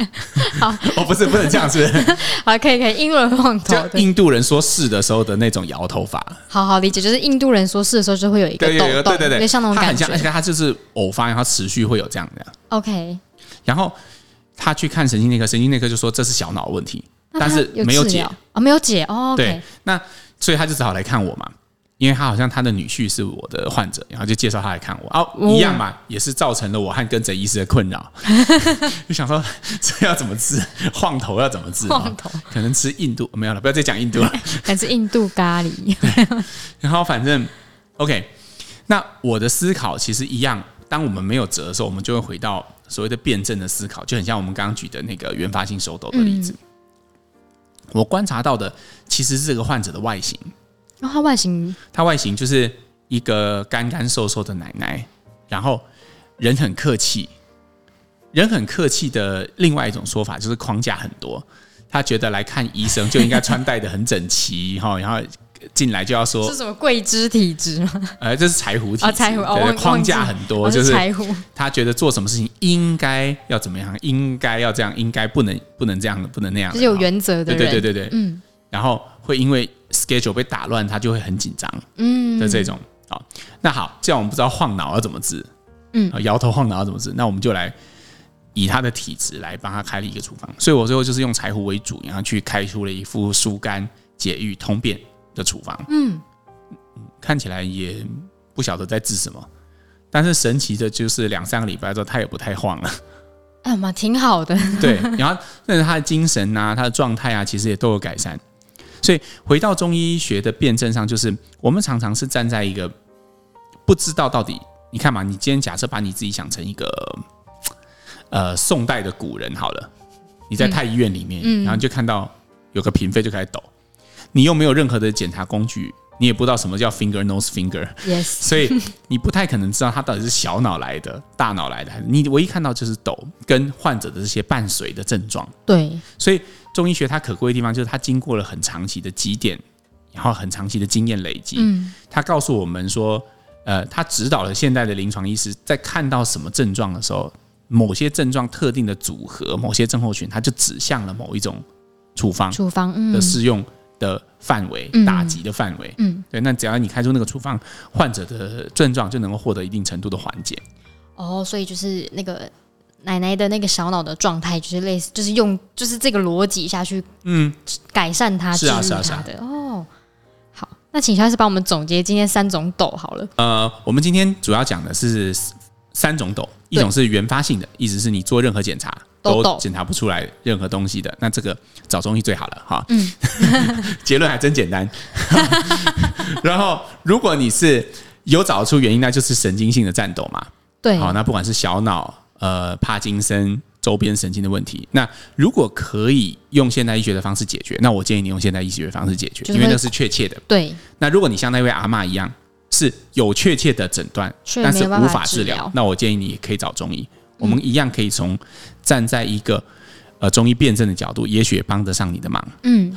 [SPEAKER 2] 好，
[SPEAKER 1] 哦，不是，不能这样，是不是？
[SPEAKER 2] 好，可以可以，印度人晃头
[SPEAKER 1] 就
[SPEAKER 2] 对，
[SPEAKER 1] 印度人说是的时候的那种摇头法。
[SPEAKER 2] 好好理解，就是印度人说事的时候就会有一个
[SPEAKER 1] 对
[SPEAKER 2] 抖
[SPEAKER 1] 有有
[SPEAKER 2] 动，
[SPEAKER 1] 对对
[SPEAKER 2] 有
[SPEAKER 1] 对，
[SPEAKER 2] 点像那种
[SPEAKER 1] 他
[SPEAKER 2] 感
[SPEAKER 1] 很像，而
[SPEAKER 2] 觉。
[SPEAKER 1] 且他就是偶发，然后持续会有这样的。
[SPEAKER 2] OK，
[SPEAKER 1] 然后他去看神经内科，神经内科就说这是小脑问题，但是
[SPEAKER 2] 那他
[SPEAKER 1] 没
[SPEAKER 2] 有
[SPEAKER 1] 有
[SPEAKER 2] 治
[SPEAKER 1] 解
[SPEAKER 2] 疗。哦，没有解哦。
[SPEAKER 1] 对
[SPEAKER 2] OK，，
[SPEAKER 1] 那所以他就只好来看我嘛，因为他好像他的女婿是我的患者，然后就介绍他来看我。哦，一样嘛，也是造成了我和跟诊医师的困 扰。就想说 这要怎么治，晃头要怎么 治？
[SPEAKER 2] 晃头
[SPEAKER 1] 哦可能吃印度没有了，不要再讲印度了。
[SPEAKER 2] 还是印度 咖喱。
[SPEAKER 1] 然后反正 OK，那我的思考其实一样，当我们没有辙的时候，我们就会回到所谓的辩证的思考，就很像我们刚刚举的那个原发性手抖的例子。我观察到的其实是这个患者的外形，
[SPEAKER 2] 然后它外形
[SPEAKER 1] 她外形就是一个干干瘦瘦的奶奶，然后人很客气。人很客气的另外一种说法就是框架很多，她觉得来看医生就应该穿戴的很整齐哈，然后进来就要说
[SPEAKER 2] 是什么桂枝体质吗？
[SPEAKER 1] 呃，这是柴胡体制
[SPEAKER 2] 啊，柴胡哦，
[SPEAKER 1] 对
[SPEAKER 2] 忘
[SPEAKER 1] 框架很多，
[SPEAKER 2] 忘记
[SPEAKER 1] 就
[SPEAKER 2] 哦是
[SPEAKER 1] 是
[SPEAKER 2] 柴胡。
[SPEAKER 1] 他觉得做什么事情应该要怎么样，应该要这样，应该不能不能这样的，不能那样的，
[SPEAKER 2] 就是有
[SPEAKER 1] 哈
[SPEAKER 2] 原则的
[SPEAKER 1] 对
[SPEAKER 2] 人，
[SPEAKER 1] 对对对对，
[SPEAKER 2] 嗯
[SPEAKER 1] 然后会因为 schedule 被打乱，他就会很紧张
[SPEAKER 2] 嗯
[SPEAKER 1] 的这种。好，那好，既然我们不知道晃脑要怎么治，
[SPEAKER 2] 嗯
[SPEAKER 1] 呃，摇头晃脑要怎么治，那我们就来以他的体质来帮他开了一个处方。所以我最后就是用柴胡为主，然后去开出了一副疏肝解郁通便的处方。
[SPEAKER 2] 嗯，
[SPEAKER 1] 看起来也不晓得在治什么。但是神奇的就是两三个礼拜之后，他也不太晃了，
[SPEAKER 2] 哎嘛，挺好 的，
[SPEAKER 1] 对。然后，但是他的精神啊，他的状态啊，其实也都有改善。所以回到中医学的辩证上，就是我们常常是站在一个不知道到底，你看嘛，你今天假设把你自己想成一个呃宋代的古人好了，你在太医院里面，然后你就看到有个嫔妃就开始抖，你又没有任何的检查工具，你也不知道什么叫 finger nose finger，
[SPEAKER 2] yes，
[SPEAKER 1] 所以你不太可能知道它到底是小脑来的、大脑来的。你唯一看到就是抖跟患者的这些伴随的症状。
[SPEAKER 2] 对，
[SPEAKER 1] 所以中医学它可贵的地方就是它经过了很长期的积淀，然后很长期的经验累积，
[SPEAKER 2] 嗯
[SPEAKER 1] 它告诉我们说，呃，它指导了现代的临床医师在看到什么症状的时候，某些症状特定的组合、某些症候群，它就指向了某一种处方。
[SPEAKER 2] 处方，嗯
[SPEAKER 1] 的适用的范围、
[SPEAKER 2] 嗯
[SPEAKER 1] 打击的范围。
[SPEAKER 2] 嗯，
[SPEAKER 1] 对，那只要你开出那个处方，患者的症状就能够获得一定程度的缓解。
[SPEAKER 2] 哦，所以就是那个奶奶的那个小脑的状态，就是类似，就是用就是这个逻辑下去
[SPEAKER 1] 嗯，
[SPEAKER 2] 改善它、
[SPEAKER 1] 是
[SPEAKER 2] 治愈
[SPEAKER 1] 啊是啊是
[SPEAKER 2] 它
[SPEAKER 1] 啊
[SPEAKER 2] 的。哦，好，那请下次帮我们总结今天三种抖好了。
[SPEAKER 1] 呃，我们今天主要讲的是三种抖，一种是原发性的，一直是你做任何检查。
[SPEAKER 2] 都
[SPEAKER 1] 都
[SPEAKER 2] 抖
[SPEAKER 1] 检查不出来任何东西的，那这个找中医最好了哈。
[SPEAKER 2] 嗯
[SPEAKER 1] 结论还真简单。 然后，如果你是有找出原因，那就是神经性的颤抖嘛。
[SPEAKER 2] 对，
[SPEAKER 1] 好，那不管是小脑、呃，帕金森周边神经的问题，那如果可以用现代医学的方式解决，那我建议你用现代医学的方式解决，
[SPEAKER 2] 就是
[SPEAKER 1] 因为
[SPEAKER 2] 会
[SPEAKER 1] 那是确切的。
[SPEAKER 2] 对，
[SPEAKER 1] 那如果你像那位阿嬷一样是有确切的诊断，
[SPEAKER 2] 却
[SPEAKER 1] 但
[SPEAKER 2] 没
[SPEAKER 1] 是
[SPEAKER 2] 有办
[SPEAKER 1] 无
[SPEAKER 2] 法
[SPEAKER 1] 法
[SPEAKER 2] 治
[SPEAKER 1] 治疗
[SPEAKER 2] 疗，嗯
[SPEAKER 1] 那我建议你可以找中医。我们一样可以从站在一个呃中医辩证的角度，也许也帮得上你的忙。
[SPEAKER 2] 嗯，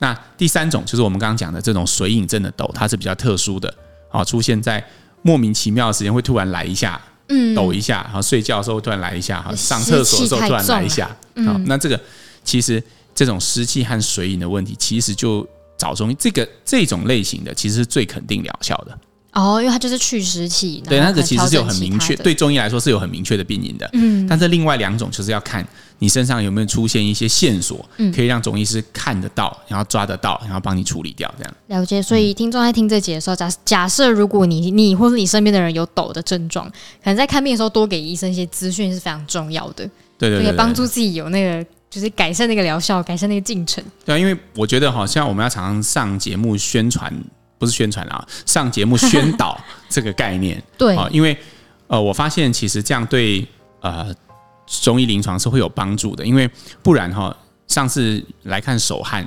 [SPEAKER 1] 那第三种就是我们刚刚讲的这种水饮症的抖，它是比较特殊的，好、出现在莫名其妙的时间会突然来一下，
[SPEAKER 2] 嗯
[SPEAKER 1] 抖一下，然后睡觉的时候突然来一下，哈，
[SPEAKER 2] 湿
[SPEAKER 1] 上厕所的时候突然来一下，
[SPEAKER 2] 太重了
[SPEAKER 1] 好
[SPEAKER 2] 嗯
[SPEAKER 1] 那这个其实这种湿气和水饮的问题，其实就找中医，这个这种类型的其实是最肯定疗效的。
[SPEAKER 2] 哦，因为它就是去湿气，
[SPEAKER 1] 对，
[SPEAKER 2] 然
[SPEAKER 1] 那
[SPEAKER 2] 后
[SPEAKER 1] 个
[SPEAKER 2] 可
[SPEAKER 1] 其实
[SPEAKER 2] 调
[SPEAKER 1] 是有
[SPEAKER 2] 整
[SPEAKER 1] 很
[SPEAKER 2] 其
[SPEAKER 1] 明
[SPEAKER 2] 他
[SPEAKER 1] 确，
[SPEAKER 2] 的，
[SPEAKER 1] 对中医来说是有很明确的病因的。
[SPEAKER 2] 嗯，
[SPEAKER 1] 但是另外两种就是要看你身上有没有出现一些线索，
[SPEAKER 2] 嗯
[SPEAKER 1] 可以让中医师看得到，然后抓得到，然后帮你处理掉，这样。
[SPEAKER 2] 了解，所
[SPEAKER 1] 嗯
[SPEAKER 2] 以听众在听这集的时候，假假设如果你你或是你身边的人有抖的症状，可能在看病的时候多给医生一些资讯是非常重要的，
[SPEAKER 1] 对对
[SPEAKER 2] 就
[SPEAKER 1] 对
[SPEAKER 2] 可以
[SPEAKER 1] 对
[SPEAKER 2] 帮助自己有那个就是改善那个疗效，改善那个进程。
[SPEAKER 1] 对啊，因为我觉得好像我们要常常上节目宣传，不是宣传啦，上节目宣 导这个概念。
[SPEAKER 2] 对
[SPEAKER 1] 啊，因为呃，我发现其实这样对呃中医临床是会有帮助的，因为不然哈、上次来看手汗，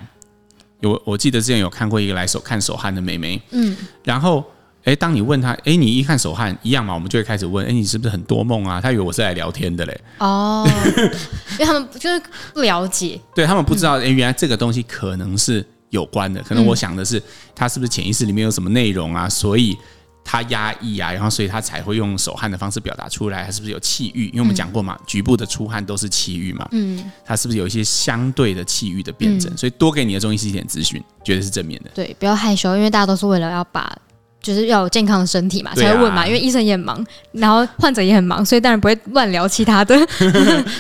[SPEAKER 1] 有我记得之前有看过一个来手看手汗的妹妹，
[SPEAKER 2] 嗯，
[SPEAKER 1] 然后哎，当你问他，哎，你一看手汗一样嘛，我们就会开始问，哎，你是不是很多梦啊？他以为我是来聊天的嘞，
[SPEAKER 2] 哦，因为他们就是不了解，
[SPEAKER 1] 对他们不知道，哎、原来这个东西可能是有关的，可能我想的是，他是不是潜意识里面有什么内容啊？所以他压抑啊，然后所以他才会用手汗的方式表达出来，他是不是有气郁？因为我们讲过嘛，局部的出汗都是气郁嘛，嗯，他是不是有一些相对的气郁的辩证？所以多给你的中医是一点资讯，绝对是正面的。
[SPEAKER 2] 对，不要害羞，因为大家都是为了要把。就是要有健康的身体嘛，
[SPEAKER 1] 对啊
[SPEAKER 2] 才会问嘛，因为医生也很忙，然后患者也很忙，所以当然不会乱聊其 他的，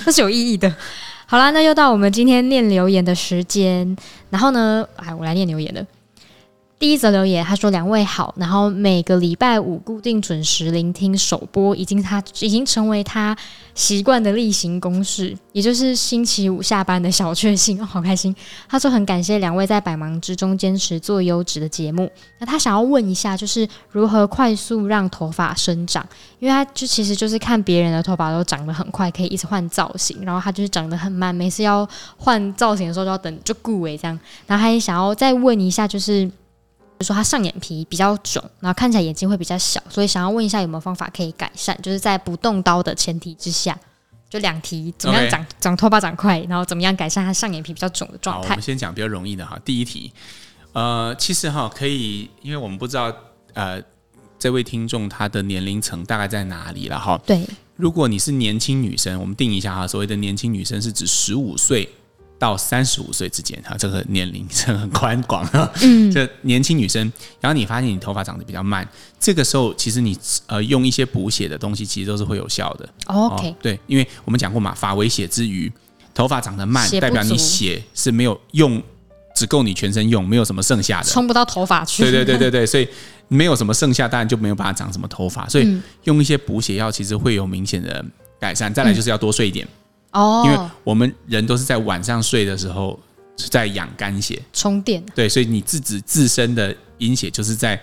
[SPEAKER 2] 那是有意义的。好啦，那又到我们今天念留言的时间，然后呢，哎，我来念留言了。第一则留言，他说：“两位好，然后每个礼拜五固定准时聆听首播，已经他已经成为他习惯的例行公事，也就是星期五下班的小确幸，哦、好开心。”他说：“很感谢两位在百忙之中坚持做优质的节目。”那他想要问一下，就是如何快速让头发生长？因为他就其实就是看别人的头发都长得很快，可以一直换造型，然后他就是长得很慢，每次要换造型的时候就要等就顾欸尾这样。然后他也想要再问一下，就是比如说他上眼皮比较肿，然后看起来眼睛会比较小，所以想要问一下有没有方法可以改善，就是在不动刀的前提之下。就两题，怎么样
[SPEAKER 1] OK
[SPEAKER 2] 长长头发长快，然后怎么样改善他上眼皮比较肿的
[SPEAKER 1] 好，
[SPEAKER 2] 状
[SPEAKER 1] 我
[SPEAKER 2] 态
[SPEAKER 1] 们？先讲比较容易的哈。第一题，呃，其实哈可以，因为我们不知道呃这位听众他的年龄层大概在哪里了哈。
[SPEAKER 2] 对，
[SPEAKER 1] 如果你是年轻女生，我们定一下哈，所谓的年轻女生是指十五岁到三十五岁之间哈，这个年龄层很宽 广哈。嗯，这年轻女生，然后你发现你头发长得比较慢，这个时候其实你呃用一些补血的东西，其实都是会有效的。
[SPEAKER 2] OK，、
[SPEAKER 1] 哦、对，因为我们讲过嘛，发为血之余，头发长得慢
[SPEAKER 2] 血，不
[SPEAKER 1] 代表你
[SPEAKER 2] 足
[SPEAKER 1] 血是没有用，只够你全身用，没有什么剩下的。
[SPEAKER 2] 冲不到头发去。
[SPEAKER 1] 对对对对对，所以没有什么剩下，当然就没有办法长什么头发。所以用一些补血药，其实会有明显的改善。再来就是要多睡一点，因为
[SPEAKER 2] 哦，
[SPEAKER 1] 我们人都是在晚上睡的时候是在养肝血，
[SPEAKER 2] 充电
[SPEAKER 1] 对，所以你自己自身的阴血就是在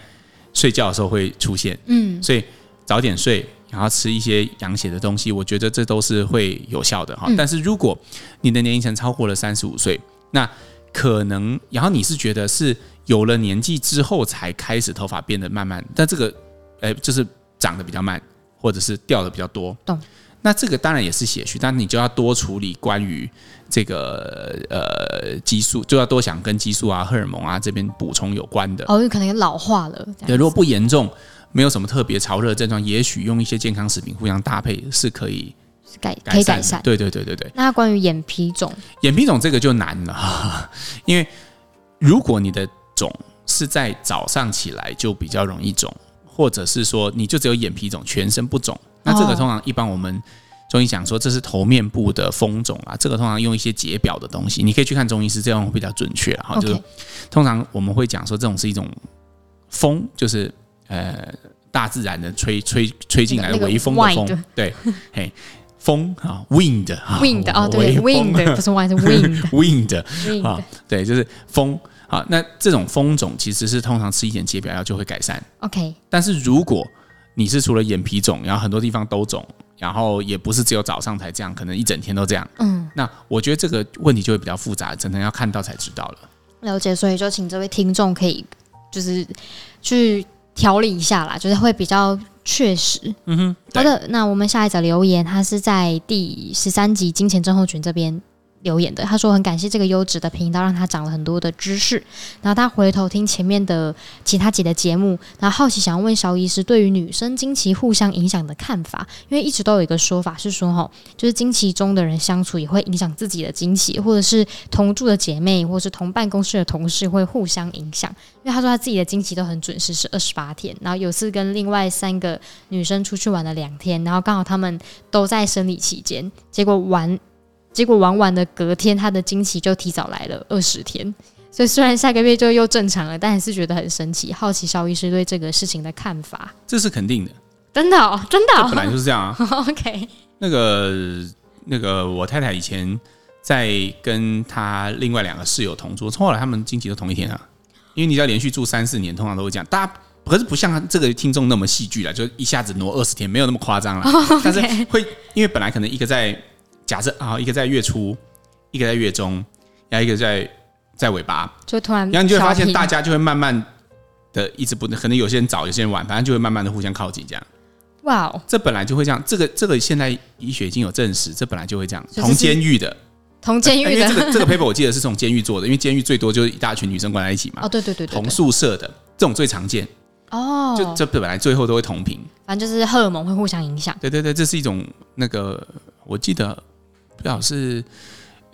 [SPEAKER 1] 睡觉的时候会出现，嗯，所以早点睡，然后吃一些养血的东西，我觉得这都是会有效的哈。但是如果你的年龄层超过了三十五岁，那可能，然后你是觉得是有了年纪之后才开始头发变得慢慢，但这个，呃，就是长得比较慢，或者是掉的比较多，
[SPEAKER 2] 懂。
[SPEAKER 1] 那这个当然也是血虚，但你就要多处理关于这个呃激素，就要多想跟激素啊、荷尔蒙啊这边补充有关的。
[SPEAKER 2] 哦，因为可能也老化了。这样
[SPEAKER 1] 对，如果不严重，没有什么特别潮热的症状，也许用一些健康食品互相搭配是可以
[SPEAKER 2] 是改
[SPEAKER 1] 改
[SPEAKER 2] 可以
[SPEAKER 1] 善的。
[SPEAKER 2] 改善。
[SPEAKER 1] 对对对对对，
[SPEAKER 2] 那关于眼皮肿，
[SPEAKER 1] 眼皮肿这个就难了，哈，因为如果你的肿是在早上起来就比较容易肿，或者是说你就只有眼皮肿，全身不肿，那这个
[SPEAKER 2] 哦
[SPEAKER 1] 通常一般我们。中医讲说这是头面部的风肿啊，这个通常用一些解表的东西，你可以去看中医师，这样会比较准确啊。哈
[SPEAKER 2] OK
[SPEAKER 1] 就是通常我们会讲说，这种是一种风，就是呃大自然的吹吹吹进来的
[SPEAKER 2] 那个
[SPEAKER 1] 微风的
[SPEAKER 2] wind
[SPEAKER 1] 风，对，嘿，风啊，wind 啊
[SPEAKER 2] wind 哦，
[SPEAKER 1] 微
[SPEAKER 2] 对
[SPEAKER 1] 风
[SPEAKER 2] ，wind 不是 wind 是 wind
[SPEAKER 1] wind 啊
[SPEAKER 2] wind。，
[SPEAKER 1] 对，就是风啊。那这种风肿其实是通常吃一点解表药就会改善，
[SPEAKER 2] OK，
[SPEAKER 1] 但是如果你是除了眼皮肿，然后很多地方都肿，然后也不是只有早上才这样，可能一整天都这样，
[SPEAKER 2] 嗯，
[SPEAKER 1] 那我觉得这个问题就会比较复杂，真的要看到才知道了。
[SPEAKER 2] 了解。所以就请这位听众可以就是去调理一下啦，就是会比较确实。
[SPEAKER 1] 嗯
[SPEAKER 2] 好
[SPEAKER 1] 哼，
[SPEAKER 2] 的，那我们下一则留言，他是在第十三集《金钱症候群》这边留言的。他说很感谢这个优质的频道，让他长了很多的知识。然后他回头听前面的其他集的节目，然后好奇想要问肖医师对于女生经期互相影响的看法，因为一直都有一个说法是说，哈，就是经期中的人相处也会影响自己的经期，或者是同住的姐妹，或是同办公室的同事会互相影响。因为他说他自己的经期都很准时，是二十八天。然后有次跟另外三个女生出去玩了两天，然后刚好她们都在生理期间，结果玩，结果玩完的隔天，她的经期就提早来了二十天。所以虽然下个月就又正常了，但还是觉得很神奇。好奇肖医师对这个事情的看法，
[SPEAKER 1] 这是肯定的，
[SPEAKER 2] 真的哦，真的、
[SPEAKER 1] 本来
[SPEAKER 2] 哦、
[SPEAKER 1] 就是这样啊。
[SPEAKER 2] ，OK，
[SPEAKER 1] 那个那个，我太太以前在跟她另外两个室友同住，后来他们经期都同一天啊，因为你只要连续住三四年，通常都会这样。大家可是不像这个听众那么戏剧了，就一下子挪二十天，没有那么夸张了。 但是会因为本来可能一个在假设啊，一个在月初，一个在月中，然后一个在在尾巴，
[SPEAKER 2] 就突然
[SPEAKER 1] 然后你就会发
[SPEAKER 2] 嗯调
[SPEAKER 1] 现
[SPEAKER 2] 频
[SPEAKER 1] 大家就会慢慢。的一直不能，可能有些人早，有些人晚，反正就会慢慢的互相靠近这样。
[SPEAKER 2] 哇哦，
[SPEAKER 1] 这本来就会这样，这个这个现在医学已经有证实，这本来就会这样。
[SPEAKER 2] 所以这
[SPEAKER 1] 同
[SPEAKER 2] 是
[SPEAKER 1] 监狱的，
[SPEAKER 2] 同监
[SPEAKER 1] 因
[SPEAKER 2] 狱
[SPEAKER 1] 为这
[SPEAKER 2] 的
[SPEAKER 1] 个这个 paper 我记得是从监狱做的，因为监狱最多就是一大群女生关在一起嘛，
[SPEAKER 2] 哦，对对对对
[SPEAKER 1] 同
[SPEAKER 2] 对，
[SPEAKER 1] 宿舍的这种最常见，
[SPEAKER 2] 哦，
[SPEAKER 1] 就这本来最后都会同频。
[SPEAKER 2] 反正就是荷尔蒙会互相影响。
[SPEAKER 1] 对对对，这是一种那个，我记得不知道是，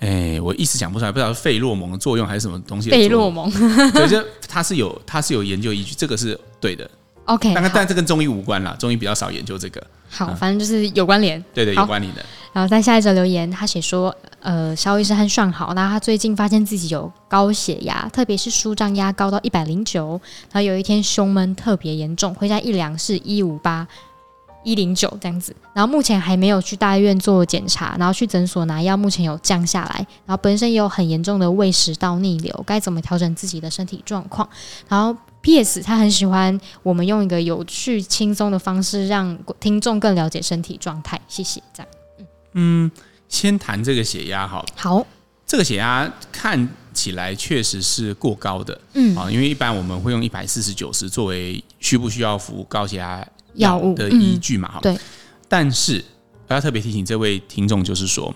[SPEAKER 1] 哎、我一时讲不出来，不知道是费洛蒙的作用还是什么东西的
[SPEAKER 2] 贝
[SPEAKER 1] 作
[SPEAKER 2] 洛
[SPEAKER 1] 用，
[SPEAKER 2] 蒙
[SPEAKER 1] 对，就它是有它是有研究依据，这个是对的。
[SPEAKER 2] ，OK，
[SPEAKER 1] 但
[SPEAKER 2] 哎好
[SPEAKER 1] 但这跟中医无关啦，中医比较少研究这个，
[SPEAKER 2] 好，反正就是有关联。
[SPEAKER 1] 对对，
[SPEAKER 2] 好
[SPEAKER 1] 有关你的。
[SPEAKER 2] 然后在下一则留言，他写说，呃，肖医师和尚好，那他最近发现自己有高血压，特别是舒张压高到一百零九，然后有一天胸闷特别严重，会在一两是一五八。一零九这样子，然后目前还没有去大医院做检查，然后去诊所拿药，目前有降下来，然后本身也有很严重的胃食道逆流，该怎么调整自己的身体状况？然后 P.S. 他很喜欢我们用一个有趣轻松的方式让听众更了解身体状态，谢谢，这样
[SPEAKER 1] 先谈这个血压好了，
[SPEAKER 2] 好。
[SPEAKER 1] 这个血压看起来确实是过高的，
[SPEAKER 2] 嗯
[SPEAKER 1] 啊，因为一般我们会用一百四十九十作为需不需要服高血压
[SPEAKER 2] 药物
[SPEAKER 1] 的
[SPEAKER 2] 嗯
[SPEAKER 1] 依据嘛，哈、
[SPEAKER 2] 对。
[SPEAKER 1] 但是呃我要特别提醒这位听众，就是说，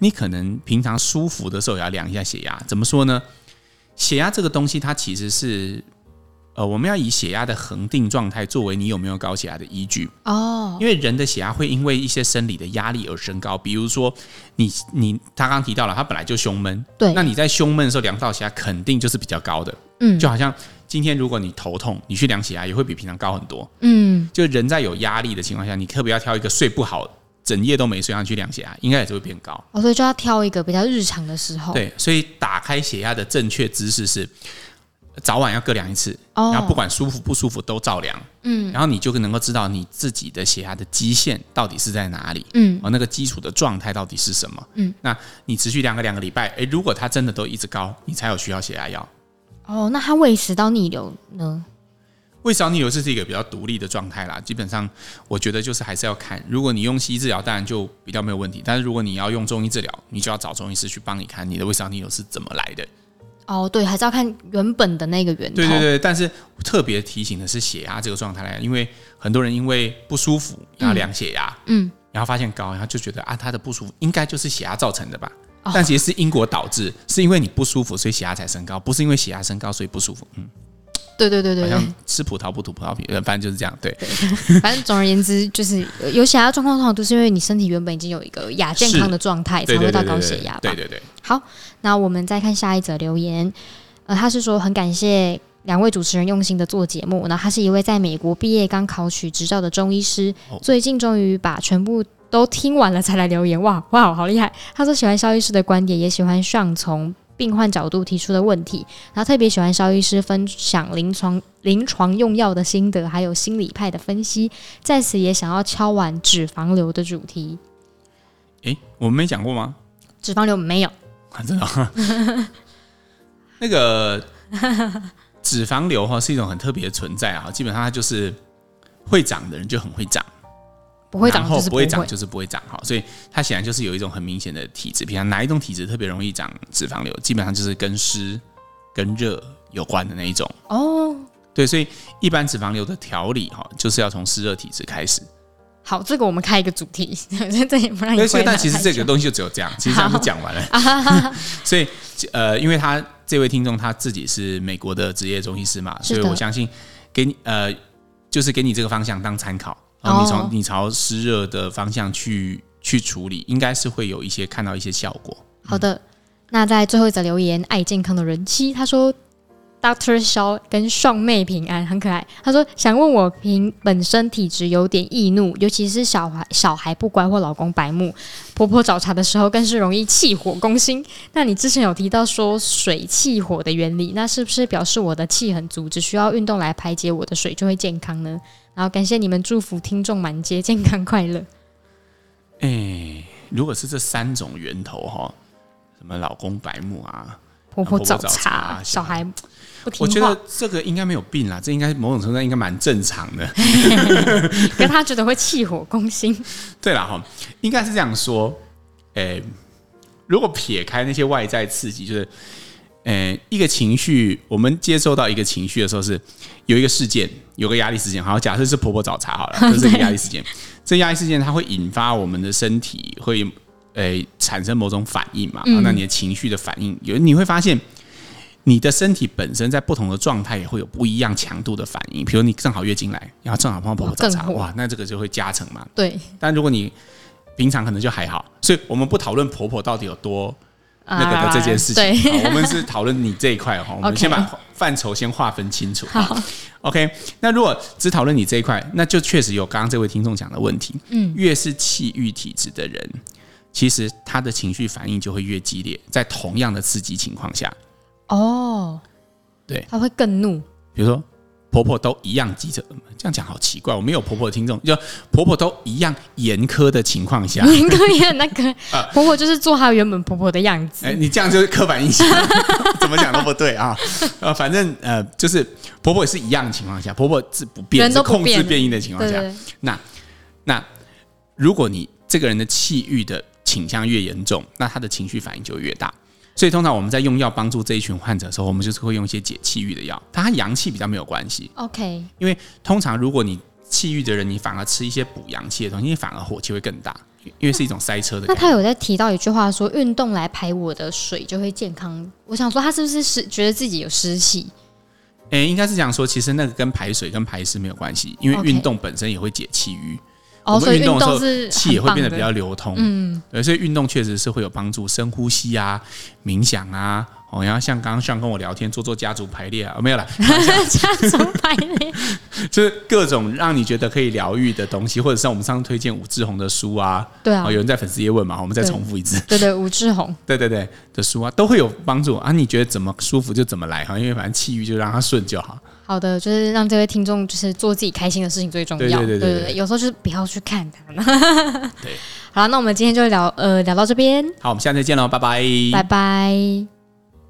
[SPEAKER 1] 你可能平常舒服的时候也要量一下血压。怎么说呢？血压这个东西，它其实是，呃，我们要以血压的恒定状态作为你有没有高血压的依据。
[SPEAKER 2] 哦，
[SPEAKER 1] 因为人的血压会因为一些生理的压力而升高，比如说你你他刚刚提到了，他本来就胸闷，
[SPEAKER 2] 对
[SPEAKER 1] 那你在胸闷的时候量到血压肯定就是比较高的，
[SPEAKER 2] 嗯
[SPEAKER 1] 就好像今天如果你头痛，你去量血压也会比平常高很多。
[SPEAKER 2] 嗯，
[SPEAKER 1] 就人在有压力的情况下，你特别要挑一个睡不好、整夜都没睡上去量血压，应该也就会变高。
[SPEAKER 2] 哦，所以就要挑一个比较日常的时候，，
[SPEAKER 1] 对，所以打开血压的正确姿势是早晚要各量一次，
[SPEAKER 2] 哦，
[SPEAKER 1] 然后不管舒服不舒服都照量，
[SPEAKER 2] 嗯
[SPEAKER 1] 然后你就能够知道你自己的血压的基线到底是在哪里。
[SPEAKER 2] 嗯
[SPEAKER 1] 哦，那个基础的状态到底是什么？
[SPEAKER 2] 嗯，
[SPEAKER 1] 那你持续量个两个礼拜，诶，如果它真的都一直高，你才有需要血压药。
[SPEAKER 2] 哦，那他胃食道逆流呢？
[SPEAKER 1] 胃食道逆流这是一个比较独立的状态啦，基本上我觉得就是还是要看，如果你用西医治疗，当然就比较没有问题，但是如果你要用中医治疗，你就要找中医师去帮你看你的胃食道逆流是怎么来的。
[SPEAKER 2] 哦，对，还是要看原本的那个源头，
[SPEAKER 1] 对对对，但是特别提醒的是血压这个状态来，因为很多人因为不舒服然后量血压，
[SPEAKER 2] 嗯，
[SPEAKER 1] 然后发现高，然后就觉得啊，他的不舒服应该就是血压造成的吧。
[SPEAKER 2] 哦
[SPEAKER 1] 但其实是因果导致，是因为你不舒服，所以血压才升高，不是因为血压升高所以不舒服。嗯，
[SPEAKER 2] 对对对
[SPEAKER 1] 好
[SPEAKER 2] 对
[SPEAKER 1] 像
[SPEAKER 2] 对
[SPEAKER 1] 吃葡萄不吐葡萄皮，呃反正就是这样。对，
[SPEAKER 2] 反正总而言之，就是呃有血压状况通常都是因为你身体原本已经有一个亚健康的状态，才
[SPEAKER 1] 对
[SPEAKER 2] 会
[SPEAKER 1] 对
[SPEAKER 2] 到
[SPEAKER 1] 对对
[SPEAKER 2] 高
[SPEAKER 1] 对
[SPEAKER 2] 血压吧。
[SPEAKER 1] 对对对，
[SPEAKER 2] 好，那我们再看下一则留言，呃，他是说很感谢两位主持人用心的做节目，那他是一位在美国毕业刚考取执照的中医师，
[SPEAKER 1] 哦
[SPEAKER 2] 最近终于把全部。都听完了才来留言，哇哇，好厉害！他说喜欢肖医师的观点，也喜欢上从病患角度提出的问题，然后特别喜欢肖医师分享临床临床用药的心得，还有心理派的分析。在此也想要敲完脂肪瘤的主题，
[SPEAKER 1] 诶，我们没讲过吗？
[SPEAKER 2] 脂肪瘤没有，
[SPEAKER 1] 啊，真的啊、那 个脂肪瘤哈是一种很特别的存在啊，基本上它就是会长的人就很会长，
[SPEAKER 2] 不会
[SPEAKER 1] 然
[SPEAKER 2] 长
[SPEAKER 1] 后
[SPEAKER 2] 就是
[SPEAKER 1] 不
[SPEAKER 2] 不
[SPEAKER 1] 会
[SPEAKER 2] 会
[SPEAKER 1] 长就是不会长哈，所以它显然就是有一种很明显的体质，比方哪一种体质特别容易长脂肪瘤，基本上就是跟湿、跟热有关的那一种。
[SPEAKER 2] 哦。
[SPEAKER 1] 对，所以一般脂肪瘤的调理哈，就是要从湿热体质开始。
[SPEAKER 2] 好，这个我们开一个主题， 这也不让
[SPEAKER 1] 但
[SPEAKER 2] 你回
[SPEAKER 1] 是，
[SPEAKER 2] 答
[SPEAKER 1] 但其实
[SPEAKER 2] 太
[SPEAKER 1] 这个嗯
[SPEAKER 2] 久
[SPEAKER 1] 东西就只有这样，其实他们讲完了。 所以，呃，因为他这位听众他自己是美国的职业中医师嘛，
[SPEAKER 2] 是
[SPEAKER 1] 所
[SPEAKER 2] 的
[SPEAKER 1] 以我相信给你呃，就是给你这个方向当参考。
[SPEAKER 2] 哦
[SPEAKER 1] 然后你从你朝湿热的方向去去处理，应该是会有一些看到一些效果。
[SPEAKER 2] 好的。那在最后一则留言，爱健康的人妻，他说，Doctor 肖跟双妹平安很可爱。他说想问我平本身体质有点易怒，尤其是小孩小孩不乖或老公白目，婆婆找茬的时候更是容易气火攻心。那你之前有提到说水气火的原理，那是不是表示我的气很足，只需要运动来排解我的水就会健康呢？然后感谢你们祝福听众满街健康快乐。
[SPEAKER 1] 哎、如果是这三种源头哈，什么老公白目啊，
[SPEAKER 2] 婆
[SPEAKER 1] 婆
[SPEAKER 2] 婆
[SPEAKER 1] 找
[SPEAKER 2] 找
[SPEAKER 1] 茬
[SPEAKER 2] 茬，
[SPEAKER 1] 小
[SPEAKER 2] 小
[SPEAKER 1] 孩
[SPEAKER 2] 孩不
[SPEAKER 1] 我觉
[SPEAKER 2] 听话
[SPEAKER 1] 得，这个应该没有病啦，这应该某种程度上应该蛮正常的。
[SPEAKER 2] 可是他觉得会气火 攻心。
[SPEAKER 1] 对了哈，应该是这样说，诶、如果撇开那些外在刺激，就是呃，一个情绪，我们接收到一个情绪的时候是有一个事件，有个压力事件。好，假设是婆婆找茬好了，这是一个压力事件。这压力事件它会引发我们的身体会呃产生某种反应嘛？那你的情绪的反应，有你会发现。你的身体本身在不同的状态也会有不一样强度的反应，比如你正好月经来，然后正好碰到婆婆找茬，
[SPEAKER 2] 更火
[SPEAKER 1] 哇，那这个就会加成嘛。
[SPEAKER 2] 对，
[SPEAKER 1] 但如果你平常可能就还好，所以我们不讨论婆婆到底有多那个的这件事情，
[SPEAKER 2] 啊对，
[SPEAKER 1] 好我们是讨论你这一块 哈，我们
[SPEAKER 2] OK
[SPEAKER 1] 先把范畴先划分清楚。好，OK，那如果只讨论你这一块，那就确实有刚刚这位听众讲的问题。嗯，越是气郁体质的人，其实他的情绪反应就会越激烈，在同样的刺激情况下，
[SPEAKER 2] 哦，
[SPEAKER 1] 对
[SPEAKER 2] 他会更怒，
[SPEAKER 1] 比如说。婆婆都一样急着，嗯这样讲好奇怪。我没有婆婆的听众，就婆婆都一样严苛的情况下，
[SPEAKER 2] 严格也那个
[SPEAKER 1] 啊
[SPEAKER 2] 婆婆就是做她原本婆婆的样子，
[SPEAKER 1] 哎、你这样就是刻板 印象，怎么讲都不对啊。呃，反正呃，就是婆婆也是一样的情况下，婆婆是不变，
[SPEAKER 2] 人都
[SPEAKER 1] 是
[SPEAKER 2] 不
[SPEAKER 1] 控制
[SPEAKER 2] 变
[SPEAKER 1] 变异的情况
[SPEAKER 2] 对
[SPEAKER 1] 下，
[SPEAKER 2] 对
[SPEAKER 1] 那那如果你这个人的气郁的倾向越严重，那他的情绪反应就越大。所以通常我们在用药帮助这一群患者的时候，我们就是会用一些解气郁的药，它和阳气比较没有关系。
[SPEAKER 2] ，OK，
[SPEAKER 1] 因为通常如果你气郁的人，你反而吃一些补阳气的东西，你反而火气会更大，因为是一种塞车的
[SPEAKER 2] 那
[SPEAKER 1] 感觉。
[SPEAKER 2] 他有在提到一句话说，运动来排我的水就会健康。我想说，他是不是是觉得自己有湿气？
[SPEAKER 1] 诶、应该是这样说，其实那个跟排水跟排湿没有关系，因为
[SPEAKER 2] OK
[SPEAKER 1] 运动本身也会解气瘀。我
[SPEAKER 2] 哦，
[SPEAKER 1] 们
[SPEAKER 2] 所以
[SPEAKER 1] 运
[SPEAKER 2] 运
[SPEAKER 1] 动的时候
[SPEAKER 2] 动是
[SPEAKER 1] 气也
[SPEAKER 2] 很
[SPEAKER 1] 会
[SPEAKER 2] 棒
[SPEAKER 1] 变得
[SPEAKER 2] 的
[SPEAKER 1] 比较流通。嗯，对，所以运动确实是会有帮助，深呼吸啊，冥想啊。哦，然后像刚刚像跟我聊天，做做家族排列啊，哦没有啦，
[SPEAKER 2] 家族排列。
[SPEAKER 1] 就是各种让你觉得可以疗愈的东西，或者像我们上次推荐武志红的书啊，
[SPEAKER 2] 对啊
[SPEAKER 1] 哦，有人在粉丝页问嘛，我们再
[SPEAKER 2] 对
[SPEAKER 1] 重复一次，
[SPEAKER 2] 对对，吴志宏，
[SPEAKER 1] 对对对的书啊，都会有帮助啊。你觉得怎么舒服就怎么来哈，因为反正气郁就让它顺就好。
[SPEAKER 2] 好的，就是让这位听众就是做自己开心的事情最重要。
[SPEAKER 1] 对对对对对
[SPEAKER 2] 有时候就是不要去看他们。
[SPEAKER 1] 对，
[SPEAKER 2] 好了，那我们今天就聊呃聊到这边，
[SPEAKER 1] 好，我们下次见喽，拜拜
[SPEAKER 2] 拜拜。